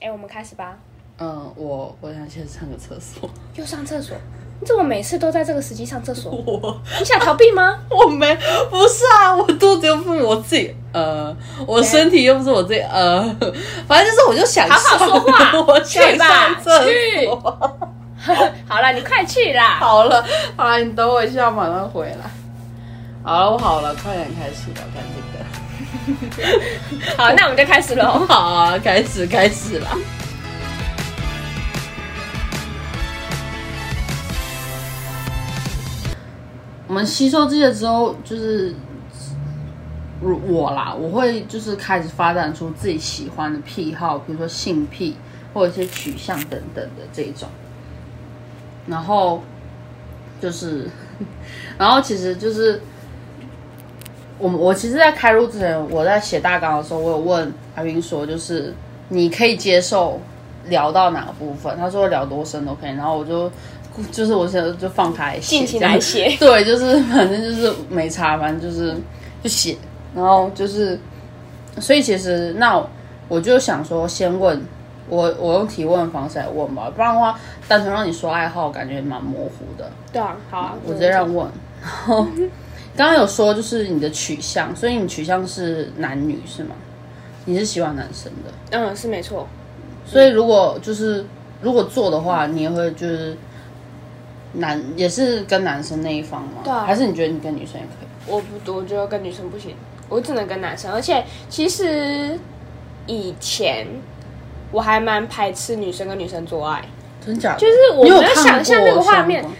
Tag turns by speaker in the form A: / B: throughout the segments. A: 哎，我们开始吧。
B: 嗯，我我想先上个厕所。
A: 又上厕所？你怎么每次都在这个时机上厕所？
B: 我
A: 你想逃避吗？
B: 我没不是啊，我肚子又不是我自己，呃，我身体又不是我自己，呃，反正就是我就想
A: 好好
B: 上
A: 说话
B: 我想
A: 去吧
B: 上厕
A: 去
B: 所。
A: 好了，你快去啦！
B: 好了，好了，你等我一下，马上回来。好了，我好了，快点开始吧，看这个。
A: 好，那我们就开始喽。
B: 好啊，开始开始啦。我们吸收这些之后，就是如我啦，我会就是开始发展出自己喜欢的癖好，比如说性癖或者一些取向等等的这一种。然后就是，然后其实就是我们我其实，在开录之前，我在写大纲的时候，我有问阿云说，就是你可以接受聊到哪个部分？他说聊多深都可以，然后我就就是我想就放开写
A: 尽情
B: 这样
A: 来写
B: 对，就是反正就是没差，反正就是就写，然后就是，所以其实那我就想说，先问我我用提问的方式来问吧，不然的话，单纯让你说爱好，感觉蛮模糊的。
A: 对啊，好啊，
B: 我直 接让问。然后刚刚有说就是你的取向，所以你取向是男女是吗？你是喜欢男生的，
A: 嗯，是没错。
B: 所以如果就是如果做的话，你也会就是男也是跟男生那一方吗？
A: 对啊
B: 还是你觉得你跟女生也可以？
A: 我不读，我觉得跟女生不行，我只能跟男生。而且其实以前我还蛮排斥女生跟女生做爱，
B: 真假的？就是
A: 我
B: 你有
A: 没有
B: 看
A: 想象那
B: 过
A: 个画
B: 相
A: 面
B: 关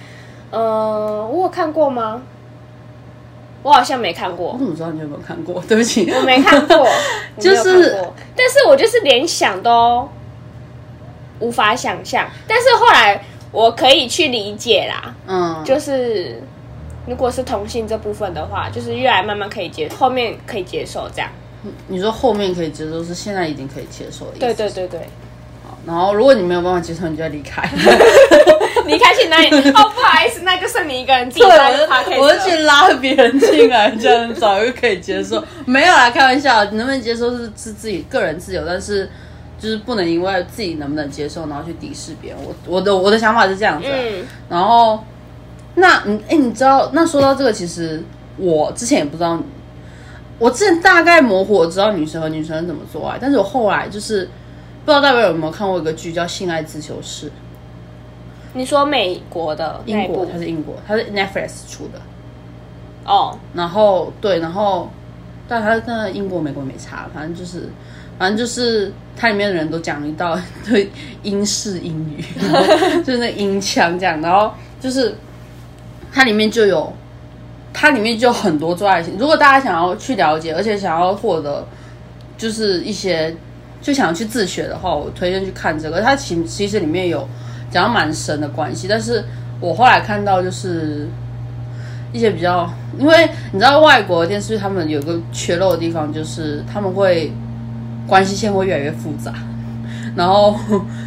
A: 呃，我有看过吗？我好像没看过
B: 我，怎么知道你有没有看过？ 对不起，我
A: 我没看 过，我没有
B: 就是
A: 看过但是我就是连想都无法想象。但是后来我可以去理解啦，
B: 嗯，
A: 就是如果是同性这部分的话，就是越来慢慢可以接，后面可以接受这样。
B: 你说后面可以接受，是现在已经可以接受的意思。
A: 对对对对，
B: 然后如果你没有办法接受，你就要离开。
A: 离开去哪里？哦，不 好意思，那就剩你一个人自己
B: 对，
A: 在
B: 我
A: p o
B: 就我就去拉别人进来，这样早就可以接受。 没有啦，开玩笑，能不能接受是是自己个人自由，但是就是不能因为自己能不能接受，然后去敌视别人。我我的我的想法是这样子啊、
A: 嗯，
B: 然后，那你哎，你知道，那说到这个，其实我之前也不知道，我之前大概模糊我知道女生和女生怎么做爱，啊但是我后来就是不知道大家有没有看过一个剧叫《性爱自修室》，
A: 你说美国的那
B: 英
A: 一
B: 国，
A: 部
B: 它是英国，它是 Netflix 出的。
A: 哦，
B: 然后对，然后但他那英国、美国没差，反正就是，反正就是它里面的人都讲一道对英式英语，然后就是那英腔这样，然后就是它里面就有，它里面就有很多做爱情。如果大家想要去了解，而且想要获得就是一些就想要去自学的话，我推荐去看这个。它其其实里面有讲到蛮深的关系，但是我后来看到就是一些比较，因为你知道外国电视剧他们有个缺漏的地方，就是他们会关系线会越来越复杂，然后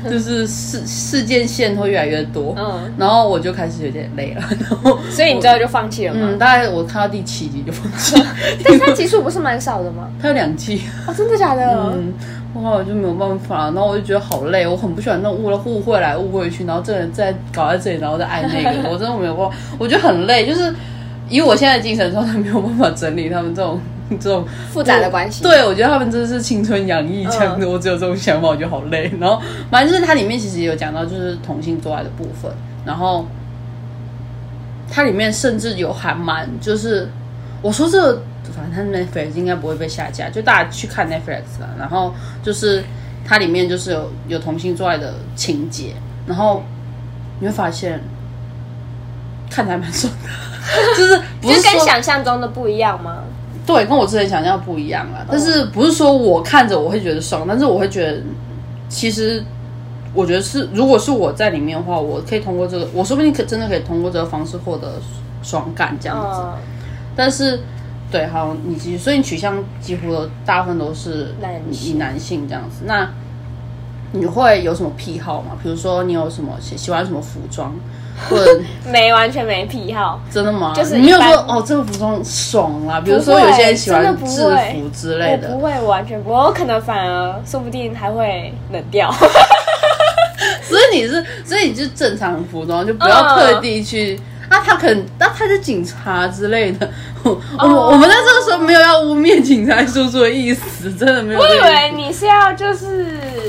B: 就是事事件线会越来越多，
A: 嗯，
B: 然后我就开始有点累了，然后
A: 所以你最后就放弃了吗？
B: 嗯，大概我看到第七集就放 弃，
A: 但是它集数不是蛮少的吗？
B: 它有两季，
A: 哦，真的假的？
B: 嗯，我后来就没有办法，然后我就觉得好累，我很不喜欢那种误了误会来误会去，然后这个人在搞在这里，然后再爱那 个，我真的没有办法，我觉得很累，就是以我现在的精神状态没有办法整理他们这种这种
A: 复杂的关系。，
B: 对，我觉得他们真的是青春洋溢这样子，我只有这种想法，我觉得好累。然后反正就是它里面其实也有讲到就是同性做爱的部分，然后它里面甚至有还蛮就是我说这个反正它 Netflix 应该不会被下架，就大家去看 Netflix 啦。然后就是它里面就是有有同性做爱的情节，然后你会发现看起来蛮爽的，就是不
A: 就是是跟
B: 说
A: 想象中的不一样吗？
B: 对，跟我之前想象不一样啊。但是
A: 嗯
B: 不是说我看着我会觉得爽，但是我会觉得，其实我觉得是，如果是我在里面的话，我可以通过这个，我说不定可真的可以通过这个方式获得爽感这样子。
A: 嗯，
B: 但是，对，好，你继续。所以你取向几乎都大部分都是
A: 男
B: 以
A: 性
B: 男性这样子。那你会有什么癖好吗？比如说你有什么喜喜欢什么服装，或者
A: 没完全没癖好，
B: 真的吗？
A: 就是
B: 你没有
A: 一般
B: 说哦，这个服装爽啦。比如
A: 不
B: 说
A: 会
B: 有些人喜欢
A: 真的不
B: 制
A: 会
B: 服之类
A: 我
B: 的
A: 不，会，我完全不会，我可能反而说不定还会冷 掉。
B: 所以你是，所以你就正常服装，就不
A: 嗯
B: 要特地去。啊，他可能，那、他是警察之类的。 我、
A: 哦
B: 我我们在这个时候没有要污蔑警察叔叔的意思，真的没有
A: 我
B: 这个意
A: 以
B: 思。
A: 为你是要就是，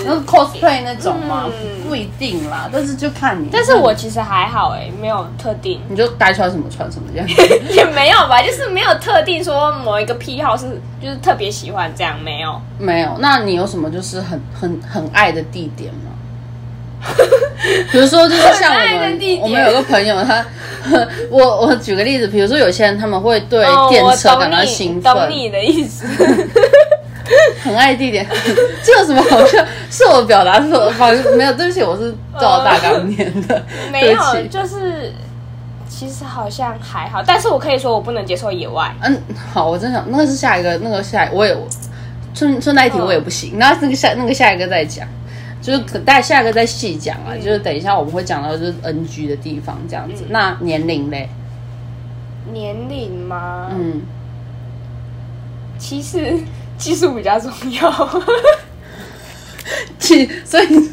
B: 那是 cosplay 那种吗？
A: 嗯
B: 不一定啦，但是就看你。
A: 但是我其实还好哎、没有特定，
B: 你就该穿什么穿什么这样。
A: 也没有吧，就是没有特定说某一个癖好是就是特别喜欢这样，没有。
B: 没有，那你有什么就是很很很爱的地点吗？ 比如说，就是像
A: 很
B: 我
A: 爱的地
B: 们
A: 点
B: 我们有个朋友，他 我我举个例子，比如说有些人他们会对
A: 哦，
B: 电
A: 我
B: 车
A: 懂
B: 感到
A: 你
B: 兴奋，
A: 懂你的意 思。
B: 很爱地点， 这有什么好笑？是我表达错了，方式，没有，对不起，我是照大纲念的，
A: 没
B: 对不
A: 有，
B: 起。
A: 就是其实好像还好，但是我可以说我不能接受野外。
B: 嗯，好，我真想那个是下一个，那个下我也顺顺带一提
A: 嗯
B: 我也不行，那那个下那个下一个再讲，就是可待下一个再细讲啊，就是等一下我们会讲到就是 NG 的地方这样子。
A: 嗯
B: 那年龄嘞，
A: 年龄吗？
B: 嗯，
A: 其实技术比较重要。
B: 其所以，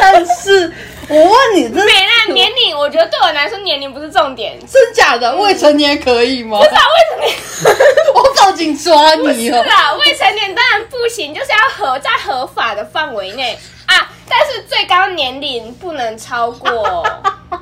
B: 但是我问你，这
A: 没啦，年龄我觉得对我来说年龄不是重点。
B: 真假
A: 嗯
B: 的未成年可以吗？
A: 那为什么？
B: 我报警抓你哦
A: 是！啊，未成年当然不行，就是要合在合法的范围内啊。但是最高年龄不能超 过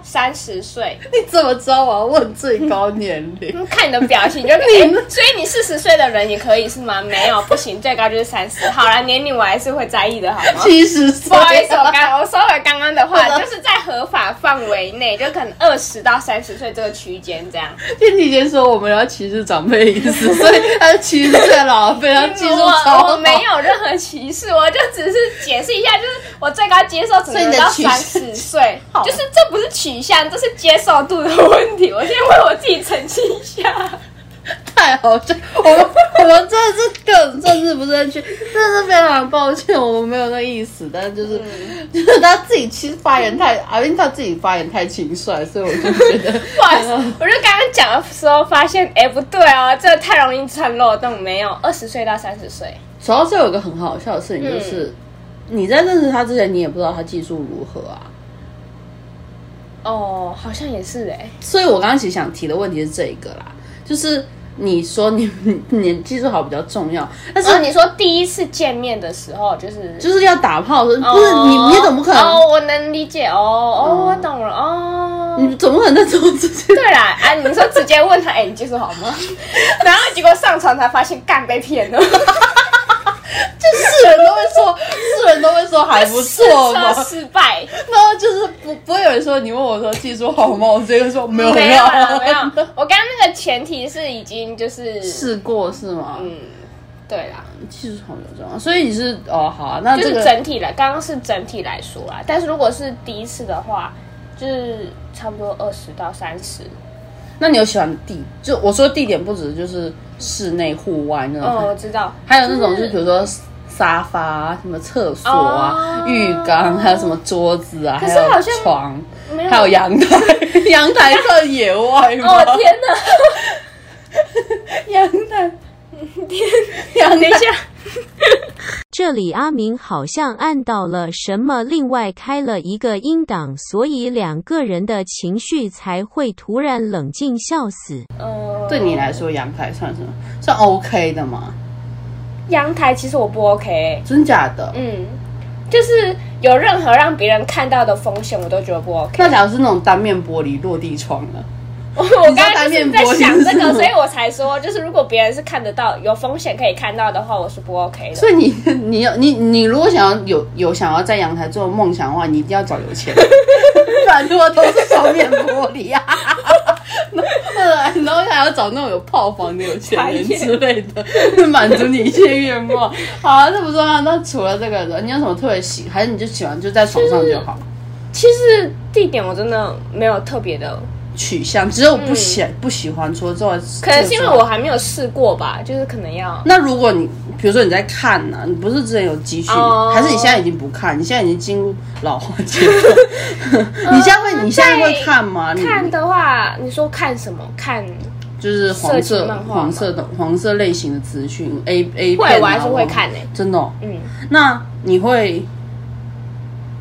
A: 三十岁。
B: 你怎么知道我要问最高年龄？
A: 嗯看你的表情就可以。所以你四十岁的人也可以是吗？没 有，不行，最高就是三十。好了，年龄我 还是啊嗯会在意的，好吗？
B: 七十岁，
A: 不好意思，我刚我收回刚刚的
B: 好
A: 话，
B: 的
A: 就是在合法范围内，就可能二十到三十岁这个区间这样。
B: 天体姐说我们要歧视长辈的意思，所以她是歧视最老被 她技术超
A: 我
B: 好
A: 我没，有任何歧视，我就只是解释一下，就是我最高接受只
B: 所以你
A: 能
B: 的
A: 到
B: 取向
A: 三十岁
B: 好，
A: 就是这不是取向，这是接受度的问题。我先为我自己澄清一下。
B: 太好笑。我们我们真的是梗政治不正确，真的是非常抱歉，我们没有那意思，但是就是、就是他自己其实发言太，阿斌他自己发言太轻率，所以我就觉得
A: 不好意思，
B: 嗯
A: 我就刚刚讲的时候发现，哎、不对哦，这太容易钻漏洞。没有，二十岁到三十岁，
B: 主要是有一个很好笑的事情，就是、你在认识他之前，你也不知道他技术如何啊。
A: 哦，好像也是哎、
B: 所以我刚刚其实想提的问题是这一个啦，就是你说你 你技术好比较重要，但是
A: 哦，你说第一次见面的时候就是
B: 就是要打炮的时候，
A: 哦
B: 不是你，你总不可能，
A: 哦，我能理解哦，哦，我懂了哦。
B: 你总不可能那种直接。
A: 对啦，啊，你说直接问他，哎、你技术好 吗？然后结果上床才发现，干被骗了，
B: 是人都会说，是人都会说还不错嘛。
A: 试车失败，
B: 然后就是不不会有人说你问我说技术好吗？我直接说没有
A: 没有啦，
B: 啦
A: 没有。我刚刚那个前提是已经就是，
B: 试过是吗？
A: 嗯，对啦，
B: 技术好有重要，所以你是哦好啊，那
A: 就
B: 这
A: 是
B: 个
A: 整体来，刚刚是整体来说啦，但是如果是第一次的话，就是差不多二十到三十。
B: 那你有喜欢的地？就我说地点不止就是室内、户外那种，
A: 哦，我知道，
B: 还有那种就是比如说沙发、啊、什么厕所啊、
A: 哦
B: 浴缸，还有什么桌子啊，
A: 可是
B: 还有
A: 好像
B: 床，
A: 没有
B: 还有阳台，阳台算野外吗？
A: 哦天 哪！
B: 阳台，天，阳
A: 等一
B: 台。
A: 下，
C: 这里阿明好像按到了什么，另外开了一个音档，所以两个人的情绪才会突然冷静，笑死。
A: 呃，
B: 对你来说，阳台算什么？算 OK 的吗？
A: 阳台其实我不 OK，欸、
B: 真假的？
A: 嗯，就是有任何让别人看到的风险，我都觉得不 OK。
B: 那假如是那种单面玻璃落地窗呢？
A: 我我
B: 你知道
A: 刚刚
B: 单
A: 就是
B: 面
A: 在
B: 玻璃
A: 想
B: 是
A: 这
B: 什么
A: 个，所以我才说，就是如果别人是看得到有风险可以看到的话，我是不 OK 的。
B: 所以你你有你你如果想要有有想要在阳台做梦想的话，你一定要找有钱人，不然如果都是双面玻璃啊，然后然后还要找那种有炮房的有钱人之类的，满足你一切愿望。好、啊，这不重要。那除了这个呢，你有什么特别喜，还是你就喜欢就在床上就好？
A: 其实地点我真的没有特别的
B: 取向，只是我不喜、不喜欢说这种。
A: 嗯可能是因为
B: 啊
A: 我还没有试过吧，就是可能要
B: 那如果你比如说你在看呢、你不是之前有集训
A: 哦
B: 还是你现在已经不看？你现在已经进入老化阶段， 你现在会你现在会看吗？你
A: 哦看的话，你说看什么？看
B: 就是黄
A: 色
B: 色
A: 情漫画吗
B: 黄色的黄色类型的资讯 A A
A: 会
B: 片啊
A: 我还是会看欸
B: 真的哦、
A: 嗯，
B: 那你会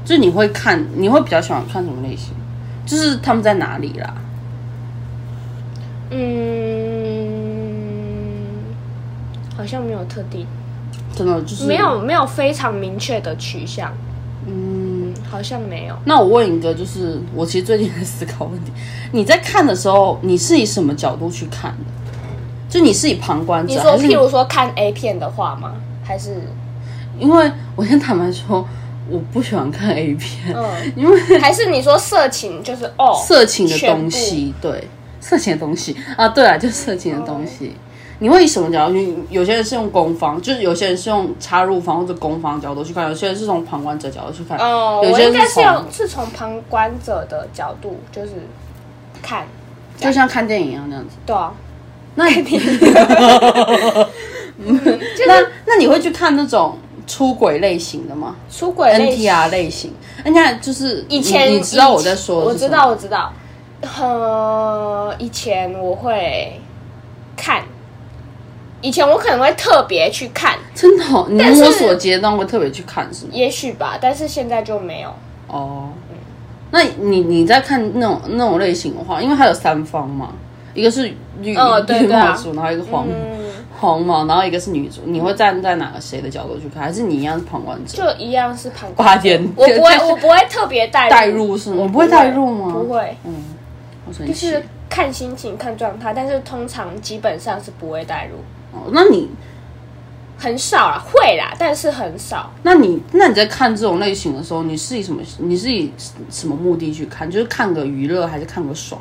B: 就你会看，你会比较喜欢看什么类型？就是他们在哪里啦？
A: 嗯，好像没有特定，
B: 真的就是
A: 没有没有非常明确的取向，
B: 嗯。
A: 嗯，好像没有。
B: 那我问一个，就是我其实最近在思考问题， 你在看的时候，你是以什么角度去看的？就你是以旁观者，
A: 你
B: 还
A: 说，
B: 是
A: 譬如说看 A 片的话吗？还是
B: 因为我先坦白说，我不喜欢看 A 片，
A: 嗯，
B: 因为
A: 还是你说色情就是哦，
B: 色情的东西，对，色情的东西啊，对啊，就色情的东
A: 哦
B: 西。你会以什么角度去？有些人是用攻方，就是有些人是用插入方或者攻方角度去看，有些人是从旁观者角度去看，
A: 哦，
B: 有
A: 我
B: 些
A: 应
B: 人
A: 该是
B: 从
A: 有是从旁观者的角度，就是看，
B: 就像看电影一样那样子。
A: 对啊，
B: 那你 嗯 那那你会去看那种出轨类型的吗
A: 出轨类型
B: ？NTR 类型，NTR 就是
A: 以前
B: 你你知道我在说
A: 我
B: 的是
A: 知
B: 什么
A: 道，我知道。呃，以前我会看，以前我可能会特别去看，
B: 真的哦、你
A: 但是
B: 摸索阶段会特别去看是吗？
A: 也许吧，但是现在就没有。
B: 哦，那你你在看那种那种类型的话，因为它有三方嘛，一个是绿、
A: 哦对
B: 绿
A: 对啊
B: 帽族，然后一个黄、
A: 嗯，
B: 黄毛，然后一个是女主，你会站在哪个谁的角度去看？还是你一样是旁观者？
A: 就一样是旁观。
B: 八点，
A: 我不会
B: 哦就，是
A: 我不会特别带
B: 代入是吗？你不会代入吗？
A: 不，会，
B: 嗯好神
A: 就
B: 奇。
A: 是看心情、看状态，但是通常基本上是不会带入，
B: 哦，那你
A: 很少啦，会啦，但是很少。
B: 那你那你在看这种类型的时候，你是以什么？你是以什么目的去看？就是看个娱乐，还是看个爽？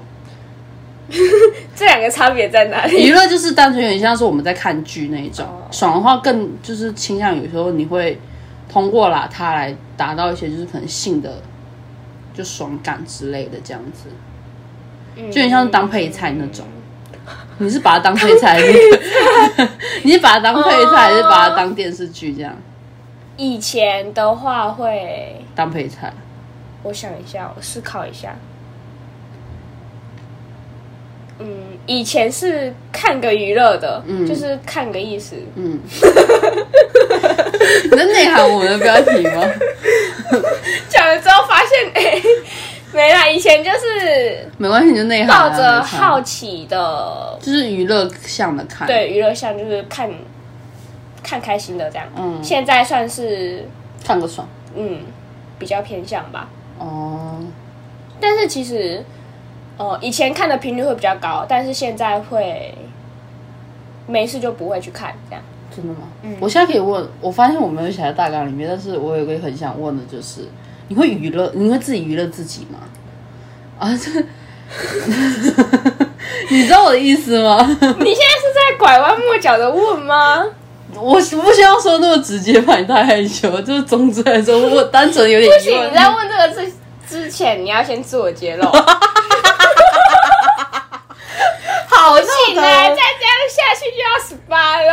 A: 这两个差别在哪 里？
B: 娱乐就是单纯有点像是我们在看剧那一种，爽的话更就是倾向有时候你会通过啦它来达到一些就是可能性的就爽感之类的这样子，就有点像是
A: 嗯
B: 当配菜那种。你是把它当配菜，还哦是 你是把它当配菜，还是把它当电视剧这样
A: 以前的话会，
B: 当配菜？
A: 我想一下，我思考一下。嗯，以前是看个娱乐的，就是看个意思。
B: 嗯，你在内涵我们的标题 吗？
A: 讲了之后发现，哎、没啦，以前就是
B: 没关系，你就内涵啊、
A: 抱 着
B: 没差
A: 好奇的，
B: 就是娱乐向的看，
A: 对娱乐项就是看看开心的这样。
B: 嗯
A: 现在算是
B: 看个爽
A: 嗯比较偏向吧，
B: 哦。
A: 但是其实，呃，以前看的频率会比较高，但是现在会没事就不会去看这样。
B: 真的吗？
A: 嗯
B: 我现在可以问，我发现我没有写在大纲里面，但是我有个很想问的就是，你会娱乐，你会自己娱乐自己吗？啊， 这，你知道我的意思吗？
A: 你现在是在拐弯抹角的问吗？
B: 我不需要说那么直接吧，你太害羞。就是总之来说，我单纯有点
A: 不
B: 疑
A: 行，
B: 问
A: 你在问这个之之前，你要先自我揭 露。
B: 好
A: 不行啊，再这样下去就要十八了，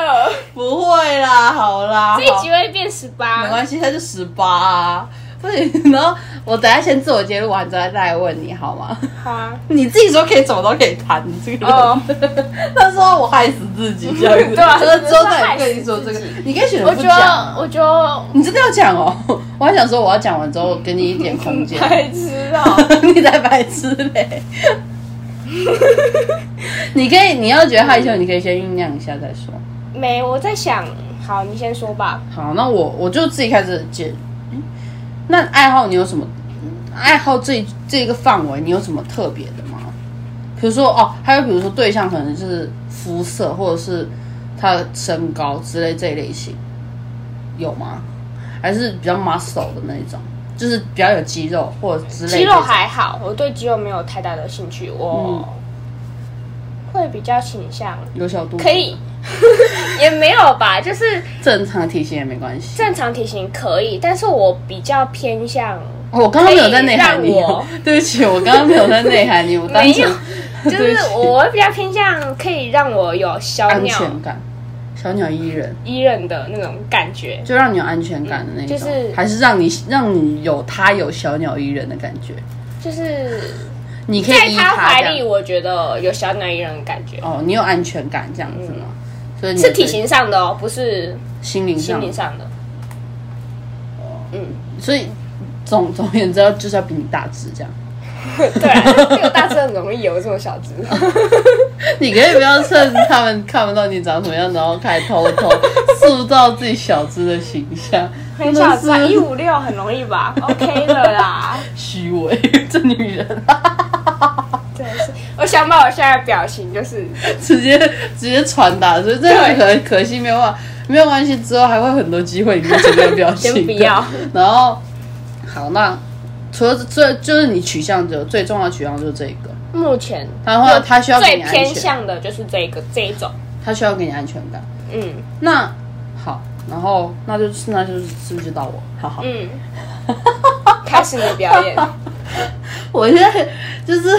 B: 不会啦，好啦，
A: 这一集会变十八。
B: 没关系，他就十八、啊。不行，然后我等下先自我揭露完之后再来问你好吗？
A: 好啊，
B: 你自己说可以怎么都可以谈，你这个人，
A: 哦
B: 他说我害死自己这样子，
A: 对啊
B: 他说之后再
A: 害
B: 也
A: 死
B: 不跟你说这
A: 自
B: 个
A: 己，
B: 你可以选择
A: 我
B: 不
A: 觉
B: 讲
A: 得，
B: 啊。
A: 我觉得
B: 你真的要讲哦？我还想说我要讲完之后给你一点空 间，
A: 白痴哦、
B: 你才白痴嘞。 你可以，你要觉得害羞，你可以先酝酿一下再说。
A: 没，我在想，好，你先说吧。
B: 好，那我我就自己开始解。嗯那爱好你有什么？嗯爱好这这个范围你有什么特别的吗？比如说哦，还有比如说对象可能是肤色或者是他的身高之类这一类型，有吗？还是比较 muscle 的那一种，就是比较有肌肉或者之类的
A: 肌肉还好，我对肌肉没有太大的兴趣，我
B: 嗯
A: 会比较倾向
B: 有小肚子
A: 可以， 也没有吧，就是
B: 正常体型也没关系。
A: 正常体型可以，但是我比较偏向
B: 哦我刚刚没有在内涵你
A: 可以让
B: 哦
A: 我，
B: 对不起，我刚刚没有在内涵你，我单
A: 没
B: 纯
A: 有就
B: 对
A: 是
B: 不起
A: 我会比较偏向可以让我有小
B: 安
A: 鸟
B: 全感，小鸟依人，
A: 依人的那种感觉。
B: 就让你有安全感的那种，
A: 就是
B: 还是让你让你有他有小鸟依人的感觉，
A: 就是
B: 你可
A: 在
B: 以依
A: 他怀
B: 这
A: 里，
B: 样
A: 我觉得有小鸟依人的感觉，
B: 哦，你有安全感这样子吗？所以
A: 嗯
B: 你
A: 是
B: 对
A: 体型上的哦，不是
B: 心灵
A: 心
B: 上，
A: 理上的。
B: 所以总 总而言之，就是要比你大只这样。
A: 对啊，这个大只很容易有这么小只。
B: 你可以不要趁他们看不到你长什么样，然后开始偷偷 塑造自己小只的形象，
A: 很
B: 真
A: 小
B: 的
A: 只啊，一
B: 是
A: 五六很容易吧？OK 的啦。
B: 虚伪，这女人、
A: 真的是，我想把我现在的表情就是
B: 直接直接传达，所以这很可可惜，没有办法，没有关系，之后还会有很多机会你们这个表情的。
A: 先不要。
B: 然后，好，那除了这，就是你取向就最重要的取向就是这一个，
A: 目前
B: 然后他需要给
A: 最
B: 你安
A: 偏
B: 全，
A: 向的就是这个这一种，
B: 他需要给你安全感。
A: 嗯
B: 那好，然后那就是那就是是不是就到我？好好，
A: 嗯，开始你的表 演，
B: 我现在就是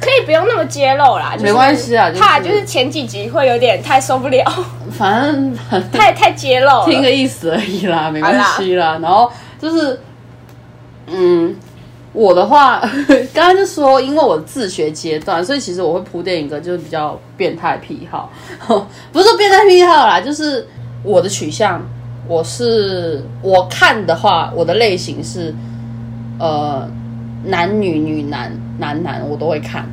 A: 可以不用那么揭露啦，就是
B: 没关系啊就是
A: 怕就是前几集会有点太受不 了，
B: 反正反正
A: 太太揭露了，
B: 听个意思而已啦，没关系啦。然后就是，嗯，我的话， 刚刚就说，因为我自学阶段，所以其实我会铺垫一个就是比较变态癖好， 不是说变态癖好啦，就是我的取向，我是我看的话，我的类型是，呃，男女女男男男我都会看，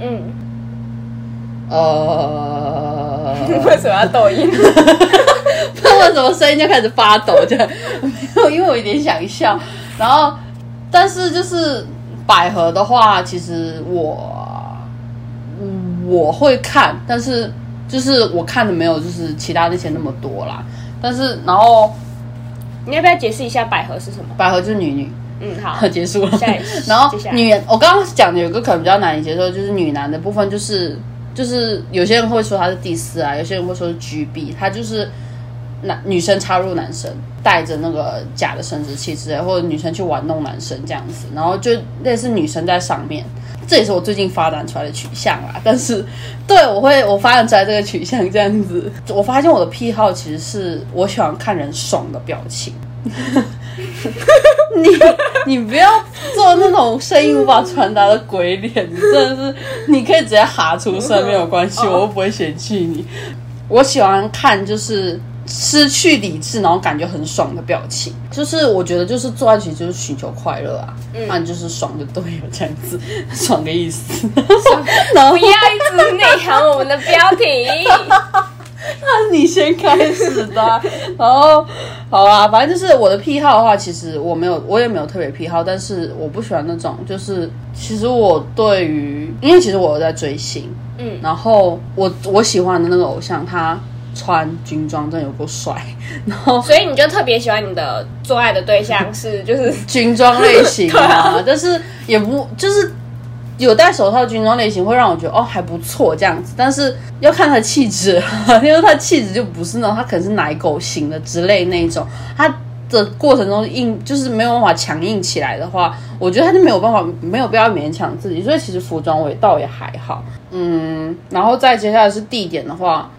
A: 嗯，
B: 呃。
A: 为什么要抖 音？
B: 不知道为什么声音就开始发抖，这样没有，因为我有点想笑。然后，但是就是百合的话，其实我嗯我会看，但是就是我看的没有就是其他那些那么多啦。但是然后
A: 你要不要解释一下百合是什么？
B: 百合就是女女，
A: 嗯，好，
B: 好，结束了
A: 下一。
B: 然后
A: 接下来
B: 女，我刚刚讲的有一个可能比较难以接受，就是女男的部分，就是就是有些人会说他是第四啊，有些人会说是 GB，他就是男女生插入男生，带着那个假的生殖器之类，或者女生去玩弄男生这样子，然后就类似女生在上面。这也是我最近发展出来的取向啦，但是对我会我发展出来这个取向这样子，我发现我的癖好其实是我喜欢看人爽的表情。你不要做那种声音无法传达的鬼脸，你真的是，你可以直接哈出声没有关系，我又不会嫌弃你。我喜欢看就是失去理智，然后感觉很爽的表情，就是我觉得就是做爱其实就是寻求快乐啊，嗯，反正就是爽就对了，这样子， 爽的意思。然后
A: 不要一直内涵我们的标题，
B: 你先开始的 啊、然后好啦，反正就是我的癖好的话，其实我没有，我也没有特别癖好，但是我不喜欢那种，就是其实我对于，因为其实我有在追星，
A: 嗯
B: 然后我我喜欢的那个偶像他穿军装真的有够帅，然后
A: 所以你就特别喜欢你的做爱的对象是就是
B: 军装类型啊，但是也不就是。有戴手套的军装类型会让我觉得哦还不错这样子，但是要看他的气质，因为他气质就不是那种，他可能是奶狗型的之类那一种，他的过程中硬就是没有办法强硬起来的话，我觉得他就没有办法，没有必要勉强自己，所以其实服装我也倒也还好，嗯，然后再接下来是地点的话，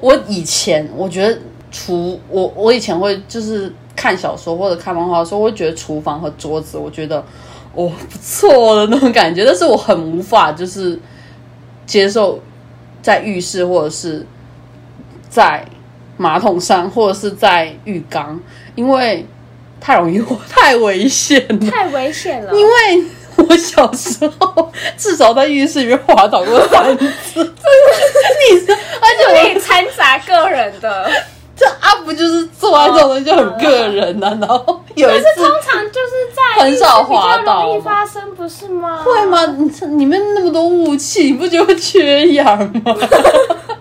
B: 我以前我觉得厨，我我以前会就是看小说或者看漫画的时候，我会觉得厨房和桌子，我觉得哦不错的那种感觉，但是我很无法就是接受在浴室或者是在马桶上或者是在浴缸，因为太容易 太危险了。
A: 太危险 了，
B: 因为我小时候至少在浴室里面滑倒过三次， 你知道而且我
A: 可以掺杂个人的，
B: 这阿不就是做爱这种东西就很个人呐、然后有一
A: 但
B: 次
A: 是通常就是在
B: 很少滑倒
A: 比较容易发生，不是吗？
B: 会？吗？你里面那么多雾气，你不觉得会缺氧吗？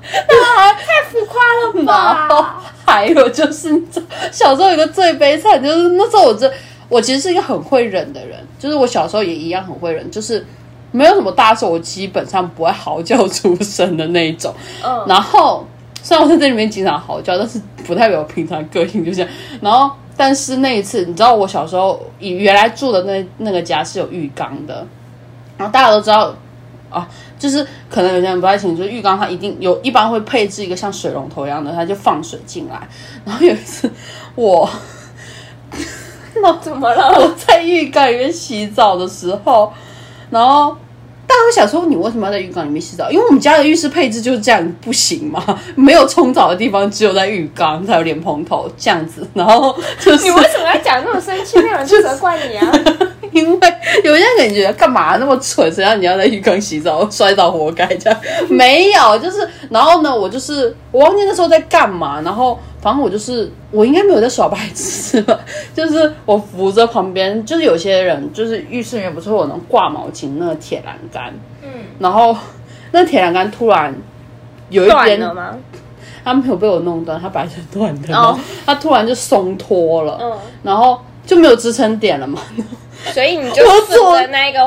A: 太浮夸了
B: 然后
A: 吧？
B: 还有就是，你知道小时候有个最悲惨，就是那时候我真，我其实是一个很会忍的人，就是我小时候也一样很会忍，就是没有什么大事，我基本上不会嚎叫出声的那一种。
A: 嗯，
B: 然后虽然我在这里面经常嚎叫，但是不代表我平常个性就这样。然后但是那一次，你知道我小时候以原来住的那那个家是有浴缸的，然后大家都知道啊，就是可能有些人不太清楚，就是浴缸它一定有一般会配置一个像水龙头一样的，它就放水进来。然后有一次我。
A: 怎么了？
B: 我在浴缸里面洗澡的时候，然后大家会想说你为什么要在浴缸里面洗澡？因为我们家的浴室配置就是这样，不行嘛，没有冲澡的地方，只有在浴缸才有莲蓬头这样子。然后就是
A: 你为什么要讲那么生气？那人就责怪 你啊！
B: 因为有些人觉得干嘛那么蠢，谁让你要在浴缸洗澡，摔倒活该这样？没有，就是然后呢，我就是我忘记那时候在干嘛，然后反正我就是我应该没有在耍白痴吧，就是我扶着旁边，就是有些人就是浴室里面不是会有那种挂毛巾那个铁栏杆，
A: 嗯，
B: 然后那铁栏杆突然有一
A: 断
B: 边
A: 了吗？
B: 它没有被我弄断，它本来就断的，然
A: 哦
B: 后它突然就松脱了，
A: 嗯，
B: 然后就没有支撑点了嘛，
A: 所以你就
B: 我
A: 顺
B: 左
A: 着那一个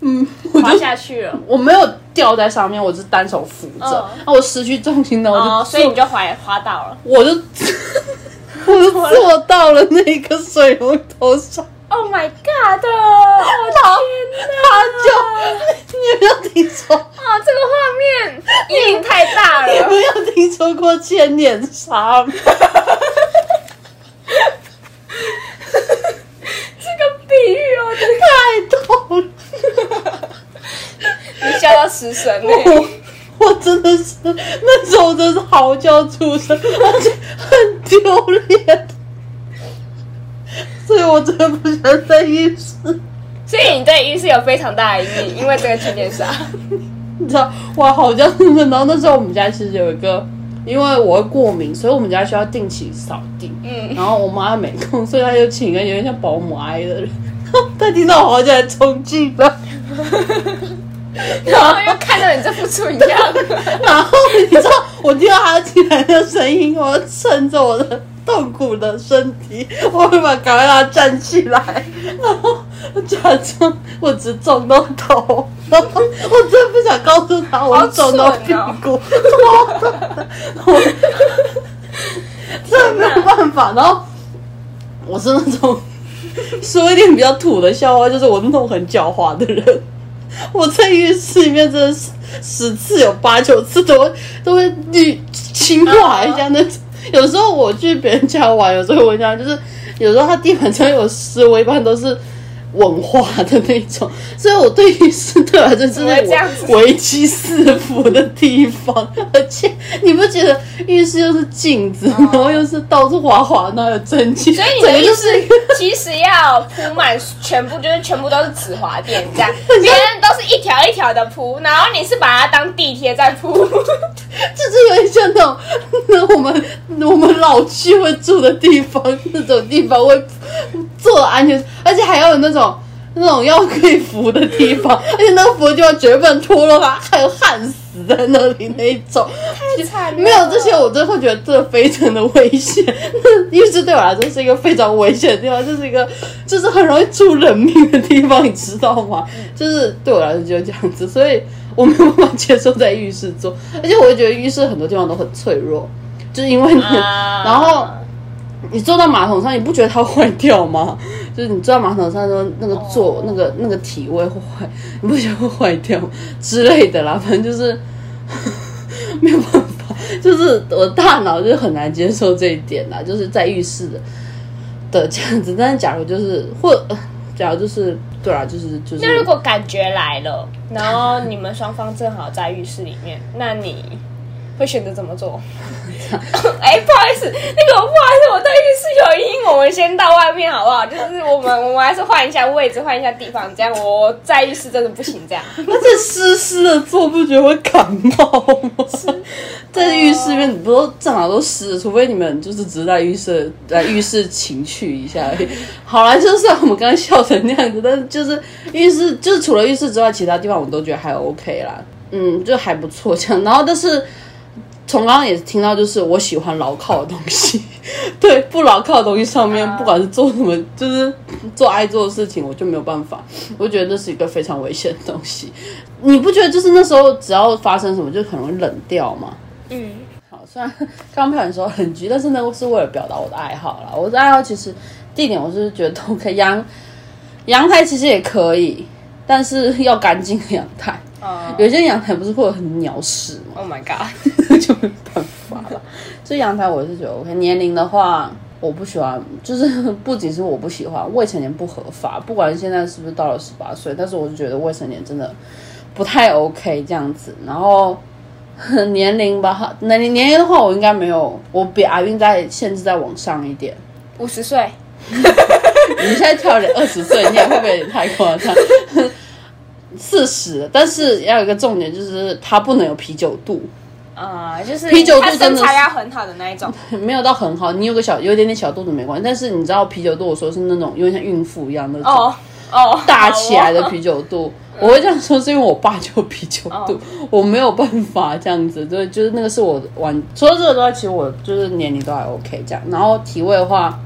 B: 嗯，我
A: 滑
B: 就
A: 下去了。
B: 我没有吊在上面，我只是单手扶着
A: 嗯，
B: 那、我失去重心呢，我就、
A: 哦，所以你就滑滑倒了。
B: 我就我就坐到了那个水龙头上，
A: Oh my god！哦天
B: 他
A: 哪！
B: 就你有没有听说？
A: 啊，这个画面阴影太大
B: 你
A: 了。
B: 没有听说过千年杀 吗？
A: 这个比喻哦，真的
B: 太痛了，
A: 你笑到失声欸呢。
B: 我我真的是那时候真是嚎叫出声，而且很丢脸，所以我真的不想在浴室。
A: 所以你对浴室有非常大的阴影，因为这个全脸 杀。
B: 你知道，哇，好像真的。然后那时候我们家其实有一个，因为我会过敏，所以我们家需要定期扫地。
A: 嗯，
B: 然后我妈没空，所以她就请一个有点像保姆阿姨的人。 她听到我好像来冲进来，
A: 然后又看到你这副蠢 样，
B: 然后你知道，我听到她进来的声音，我要趁着我的痛苦的身体，我会把赶快让她站起来，然后我假装我只撞到头，然后我真的不想告诉她我
A: 好
B: 是撞到屁
A: 蠢哦
B: 股，我 我真的没有办法。然后我是那种说一点比较土的笑话，就是我那种很狡猾的人。我在浴室里面真的是十次有八九次都会都会绿轻滑一下那种。有时候我去别人家玩，有时候我家就是有时候他地板上有湿，我一般都是。文化的那种，所以我对浴室对我来说 是
A: 怎么会这样子
B: 我危机四伏的地方，而且你不觉得浴室又是镜
A: 哦
B: 子，然后又是到处滑滑，然后有蒸汽，
A: 所以你
B: 整
A: 的
B: 个
A: 意
B: 就是
A: 思其实要铺满全部，就是全部都是紫滑垫这样，别人都是一条一条的铺，然后你是把它当地贴在铺。
B: 就是有点像那种那我们我们老区会住的地方那种地方会做安全，而且还要有那种那种要可以扶的地方，而且那个扶的地方绝对不能脱落它，还有焊死在那里那一种。
A: 太惨了
B: 没有这些，
A: 啊
B: 我真的会觉得这非常的危险。 那浴室对我来说是一个非常危险的地方，就是一个就是很容易出人命的地方，你知道吗？就是对我来说就是这样子，所以我没有办法接受在浴室做，而且我会觉得浴室很多地方都很脆弱，就是因为你，
A: 啊
B: 然后你坐到马桶上，你不觉得它坏掉吗？ 就是你坐到马桶上的时候，那个座、那个那个体位会坏， 你不觉得会坏掉吗 之类的啦？反正就是 没有办法，就是我大脑就是很难接受这一点啦，就是在浴室的的这样子。但是假如就是或、呃假如就是对啦，就是就是
A: 那如果感觉来了，然后你们双方正好在浴室里面，那你会选择怎么 做？哎、不好意思，那个不好意思，我对浴室有阴影，我们先到外面好不好？就是我们我们还是换一下位置，换一下地方，这样我在浴室真的不行，这样
B: 而且湿湿的坐，不觉得会感冒吗？在浴室里面，你不都正好都湿了，除非你们就是只是在浴室来浴室情趣一下而已。好啦，就算我们刚刚笑成那样子，但是就是浴室，就是除了浴室之外，其他地方我都觉得还 OK 啦，嗯，就还不错这样。然后但是。从刚刚也听到，就是我喜欢牢靠的东西， 对不牢靠的东西上面，不管是做什么，就是做爱做的事情，我就没有办法。我就觉得这是一个非常危险的东西。你不觉得就是那时候只要发生什么，就很容易冷掉吗？
A: 嗯。
B: 好，虽然 刚表演的时候很急，但是那是为了表达我的爱好啦。我的爱好其实地点我是觉得都可以，阳阳台其实也可以，但是要干净的阳台。
A: 哦
B: 有些阳台不是会有很鸟屎吗？
A: Oh my god！
B: 就没办法了。所以阳台我是觉得 OK。年龄的话，我不喜欢，就是 不仅是我不喜欢，未成年不合法，不管现在是不是到了十八岁，但是我就觉得未成年真的不太 OK 这样子。然后 年龄吧，年龄年龄的话，我应该没有，我比阿韵在限制再往上一点。
A: 五十岁，
B: 你现在跳了二十岁，你也会不会有点太夸张？ 四十，但是要有一个重点，就是它不能有啤酒肚。
A: 啊，就是
B: 啤酒肚
A: 他
B: 真
A: 身
B: 的
A: 材
B: 是
A: 要很好的那一种，
B: 没有到很好，你有个小有一点点小肚子没关系，但是你知道啤酒肚，我说是那种有点像孕妇一样那种、
A: 哦哦，
B: 大起来的
A: 好哦
B: 啤酒肚。我会这样说是因为我爸就有啤酒肚，
A: 哦
B: 我没有办法这样子，对，就是那个是我玩。除了这个之外，其实我就是年龄都还 OK 这样。然后体位的话，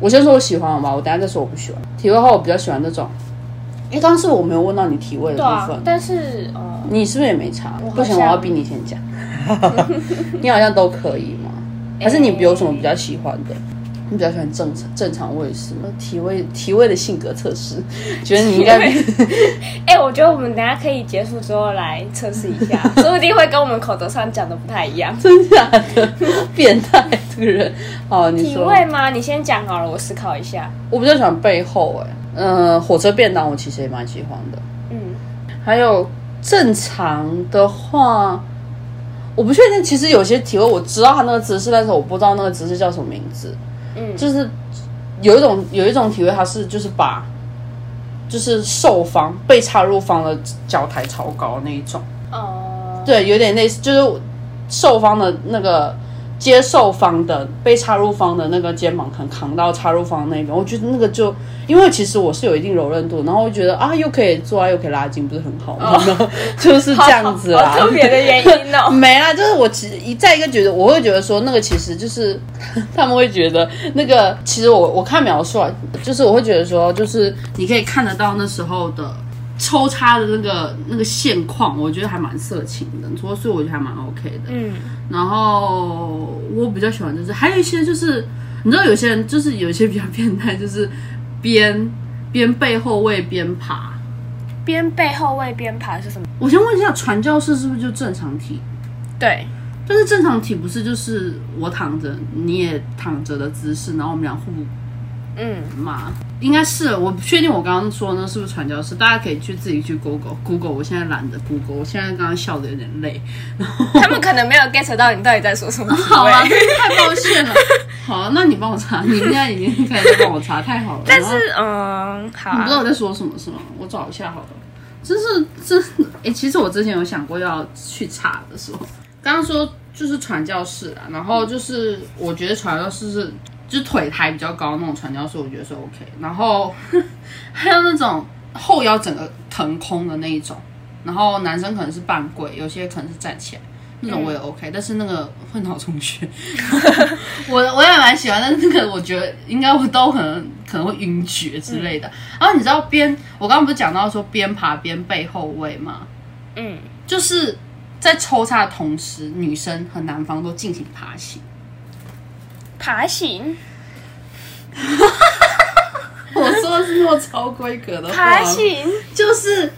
B: 我先说我喜欢好吧，我等一下再说我不喜欢。体位的话，我比较喜欢那种，因为刚刚是我没有问到你体位的
A: 对
B: 部分，
A: 啊，但是哦，
B: 你是不是也没查？
A: 好
B: 不行，我
A: 像
B: 要逼你先 讲。你好像都可以吗？
A: 哎
B: 还是你有什么比较喜欢的？你比较喜欢正常正常位是吗？体位体位的性格测试，觉得你应该
A: 哎、我觉得我们等一下可以结束之后来测试一 下，说不定会跟我们口头上讲的不太一样。
B: 真假的变态这个人。好，你
A: 体
B: 说
A: 位吗？你先讲好了，我思考一下。
B: 我比较喜欢背后哎、嗯、火车便当我其实也蛮喜欢的。
A: 嗯，
B: 还有正常的话，我不确定。其实有些体位我知道它那个姿势，但是我不知道那个姿势叫什么名字。
A: 嗯
B: 就是有一种有一种体位，它是就是把就是受方被插入方的脚抬超高那一种。
A: 哦、
B: 对，有点类似，就是受方的那个接受方的被插入方的那个肩膀，可能扛到插入方那边。我觉得那个就，因为其实我是有一定柔韧度，然后我觉得啊，又可以做爱，又可以拉筋，不是很好吗？ 就是这样子啊
A: 好
B: 啦。
A: 好特别的原因 哦。
B: 没啦，就是我其实一再一个觉得，我会觉得说那个其实就是 他们会觉得那个，其实我我看描述啊，就是我会觉得说，就是你可以看得到那时候的抽插的那个那个现况，我觉得还蛮色情的，所以所以我觉得还蛮 OK 的。
A: 嗯，
B: 然后我比较喜欢就是还有一些就是你知道有些人就是有一些比较变态，就是边边背后位边爬。
A: 边背后位边爬是什么？
B: 我先问一下，传教士是不是就正常体
A: 对，
B: 但是正常体不是就是我躺着，你也躺着的姿势，然后我们俩互
A: 嗯，
B: 骂，应该是我不确定我刚刚说的那是不是传教士，大家可以去自己去 Google Google。我现在懒得 Google，我现在刚刚笑的有点累。
A: 他们可能没有 get 到你到底在说什么体
B: 好 啊，
A: 位。
B: 真是太抱歉了。好、啊，那你帮我查，你现在已经开始帮我查，太好了。
A: 但是嗯，好、
B: 你不知道
A: 啊，
B: 我在说什么是吗？我找一下好了。就是这，哎、其实我之前有想过要去查的时候，刚刚说就是传教士啦，然后就是我觉得传教士是就是腿抬比较高那种传教士，我觉得是 OK。然后 还有那种后腰整个腾空的那一种，然后男生可能是半跪，有些可能是站起来。那种我也 OK，、但是那个会脑充血， 我我也蛮喜欢，但是那个我觉得应该我都可能可能会晕厥之类的。然啊后你知道边我刚刚不是讲到说边爬边背后位吗？
A: 嗯，
B: 就是在抽插的同时，女生和男方都进行爬行。
A: 爬行，
B: 我说的是那种超规格的话
A: 爬行，
B: 就是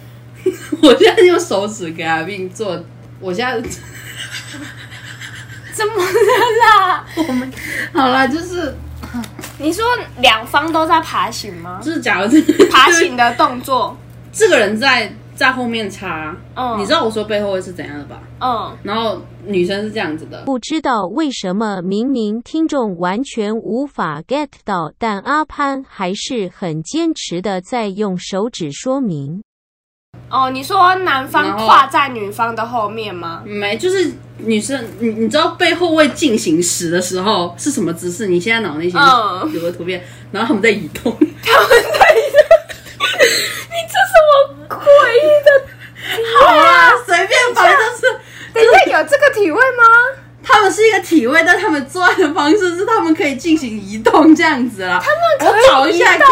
B: 我现在用手指给阿斌做，我现在。
A: 怎么了啦？
B: 好啦，就是
A: 你说两方都在爬行吗？
B: 就是，假如这个
A: 爬行的动作，
B: 这个人在在后面插，
A: 嗯，
B: 你知道我说背后会是怎样的吧？
A: 嗯，
B: 然后女生是这样子的，
C: 不知道为什么明明听众完全无法 get 到，但阿潘还是很坚持的在用手指说明。
A: 哦，你说男
B: 然
A: 方
B: 后
A: 跨在女方的后面吗？
B: 没，就是女生，你你知道背后位进行时的时候是什么姿势？你现在脑内
A: 嗯
B: 有个图片，然后他们在移 动，
A: 这什么诡异的？啊
B: 好啦，随便吧，就是
A: 等一下，有这个体位吗？
B: 他们是一个体体会到他们作案的方式是他们可以进行移动这样子啦。他
A: 们可以
B: 我找一下
A: 移动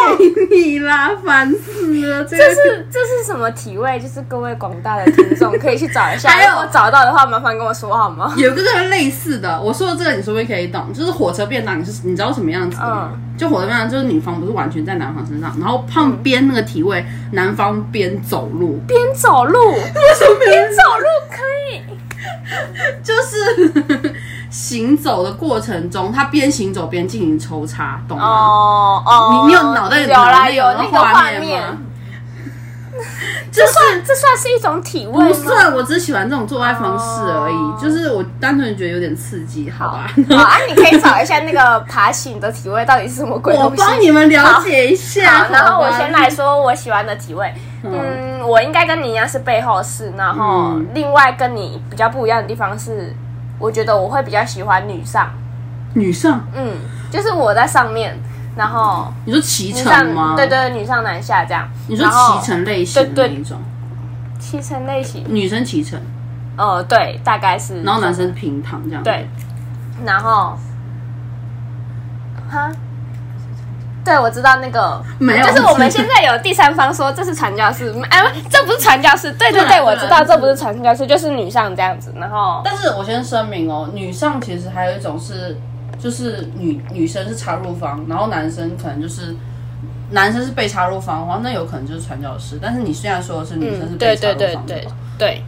B: 给你啦，烦死了，这
A: 这
B: 个
A: 是这是什么体位？就是各位广大的听众可以去找一下，
B: 还有
A: 如果找到的话，麻烦跟我说好吗？
B: 有个跟类似的，我说的这个你说不定可以懂，就是火车便当，你是你知道什么样子的吗？
A: 嗯
B: 就火车便当，就是女方不是完全在男方身上，然后旁边那个体位，男方边走路，
A: 边走路，
B: 为什么没有
A: 边走路可以，
B: 就是 行走的过程中，他边行走边进行抽插，懂吗？
A: 哦哦，
B: 你你有脑袋里
A: 有啦
B: 脑内
A: 有
B: 那
A: 那
B: 个
A: 个画
B: 面
A: 面
B: 吗，？就是
A: 这算是一种体位
B: 不
A: 吗？
B: 算，我只是喜欢这种做爱方式而
A: 哦
B: 已，就是我单纯觉得有点刺激，好吧？
A: 好啊，你可以找一下那个爬行的体位到底是什么鬼
B: 我
A: 东西。
B: 帮你们了解一下，
A: 好，啊然后我
B: 吧
A: 先来说我喜欢的体位。嗯，我应该跟你一样是背后式，然后
B: 嗯
A: 另外跟你比较不一样的地方是，我觉得我会比较喜欢女上，
B: 女上，
A: 嗯，就是我在上面，然后
B: 你说骑
A: 女
B: 乘
A: 上，
B: 吗？
A: 对，对，女上男下这样。
B: 你说
A: 然后
B: 骑乘类型的
A: 对对
B: 那一种，
A: 七成类型，
B: 女生骑乘，
A: 呃，对，大概是。
B: 然后男生平躺这样，
A: 对，，然后，哈，对，我知道那个
B: 没有
A: 就是我 们现在有第三方说这是传教士，哎、这不是传教士，对对
B: 对
A: 对，啊
B: 啦
A: 我
B: 对啦
A: 知道
B: 就是
A: 这不是传教士，就是女上这样子，然后
B: 但是我先声明哦，女上其实还有一种是，就是女女生是插入方，然后男生可能就是男生是被插入方的话，那有可能就是传教士。但是你虽然说的是女生是
A: 嗯，对
B: 被插
A: 对
B: 入
A: 对
B: 方的
A: 对
B: 吧
A: 对，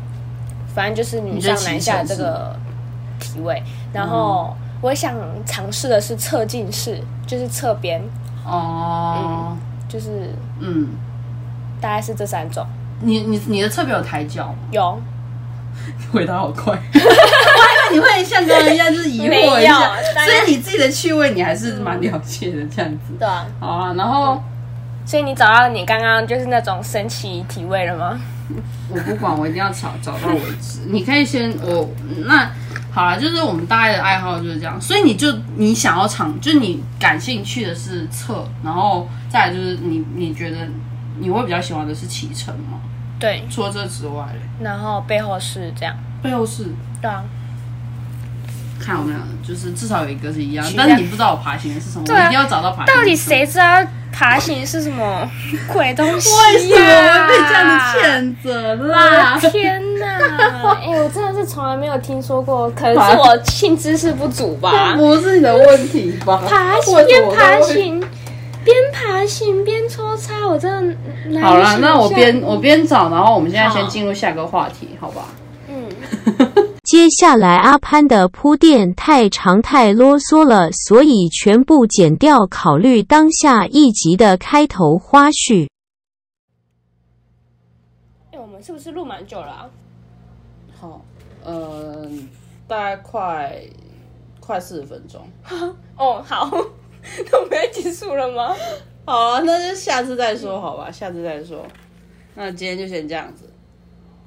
A: 反正就是女上
B: 你觉得
A: 男
B: 骑
A: 下
B: 乘
A: 这个体位，然后我想尝试的是侧近式，就是侧边，
B: 哦，
A: 就是
B: 嗯，
A: 大概是这三种，
B: 你你你的侧边有抬脚吗？
A: 有
B: 回答好 快，我还以为你会像刚刚一样就是疑惑
A: 没
B: 一下
A: 有，当然
B: 所以你自己的趣味你还是蛮了解的这样子。
A: 对啊，
B: 好啊，然后
A: 所以你找到你刚刚就是那种神奇体位了吗？
B: 我不管，我一定要找找到为止。你可以先我那好了，就是我们大概的爱好就是这样，所以你就你想要尝，就是你感兴趣的是测，然后再来就是你你觉得你会比较喜欢的是骑乘吗？
A: 对，
B: 除了这之外嘞，
A: 然后背后是这样，
B: 背后是
A: 对啊，
B: 看我们俩就是至少有一个是一样
A: 取，样
B: 但是你不知道我爬行的是什么，
A: 对啊
B: 我一定要找到爬行的是什么。
A: 到底谁知道爬行是什 么鬼东西、呀
B: 为什么会被啊这样子谴责啦
A: 我？的天 哪！哎、我真的是从来没有听说过，可能是我性知识不足吧
B: 这。 不是你的问题吧？
A: 爬行
B: 为什
A: 边
B: 么我都会
A: 爬行边爬行边抽插，我真的难以
B: 好啦，
A: 想
B: 那我
A: 象
B: 边我边找，然后我们现在
A: 好
B: 先进入下个话题，好吧？
A: 嗯，
C: 接下来阿潘的铺垫太长太啰嗦了，所以全部剪掉。考虑当下一集的开头花絮。
A: 哎、我们是不是录蛮久了、啊？
B: 好，呃，大概快快四十分钟。
A: 哦，好， 那我们要结束了吗？
B: 好啊，那就下次再说，好吧？下次再说。那今天就先这样子，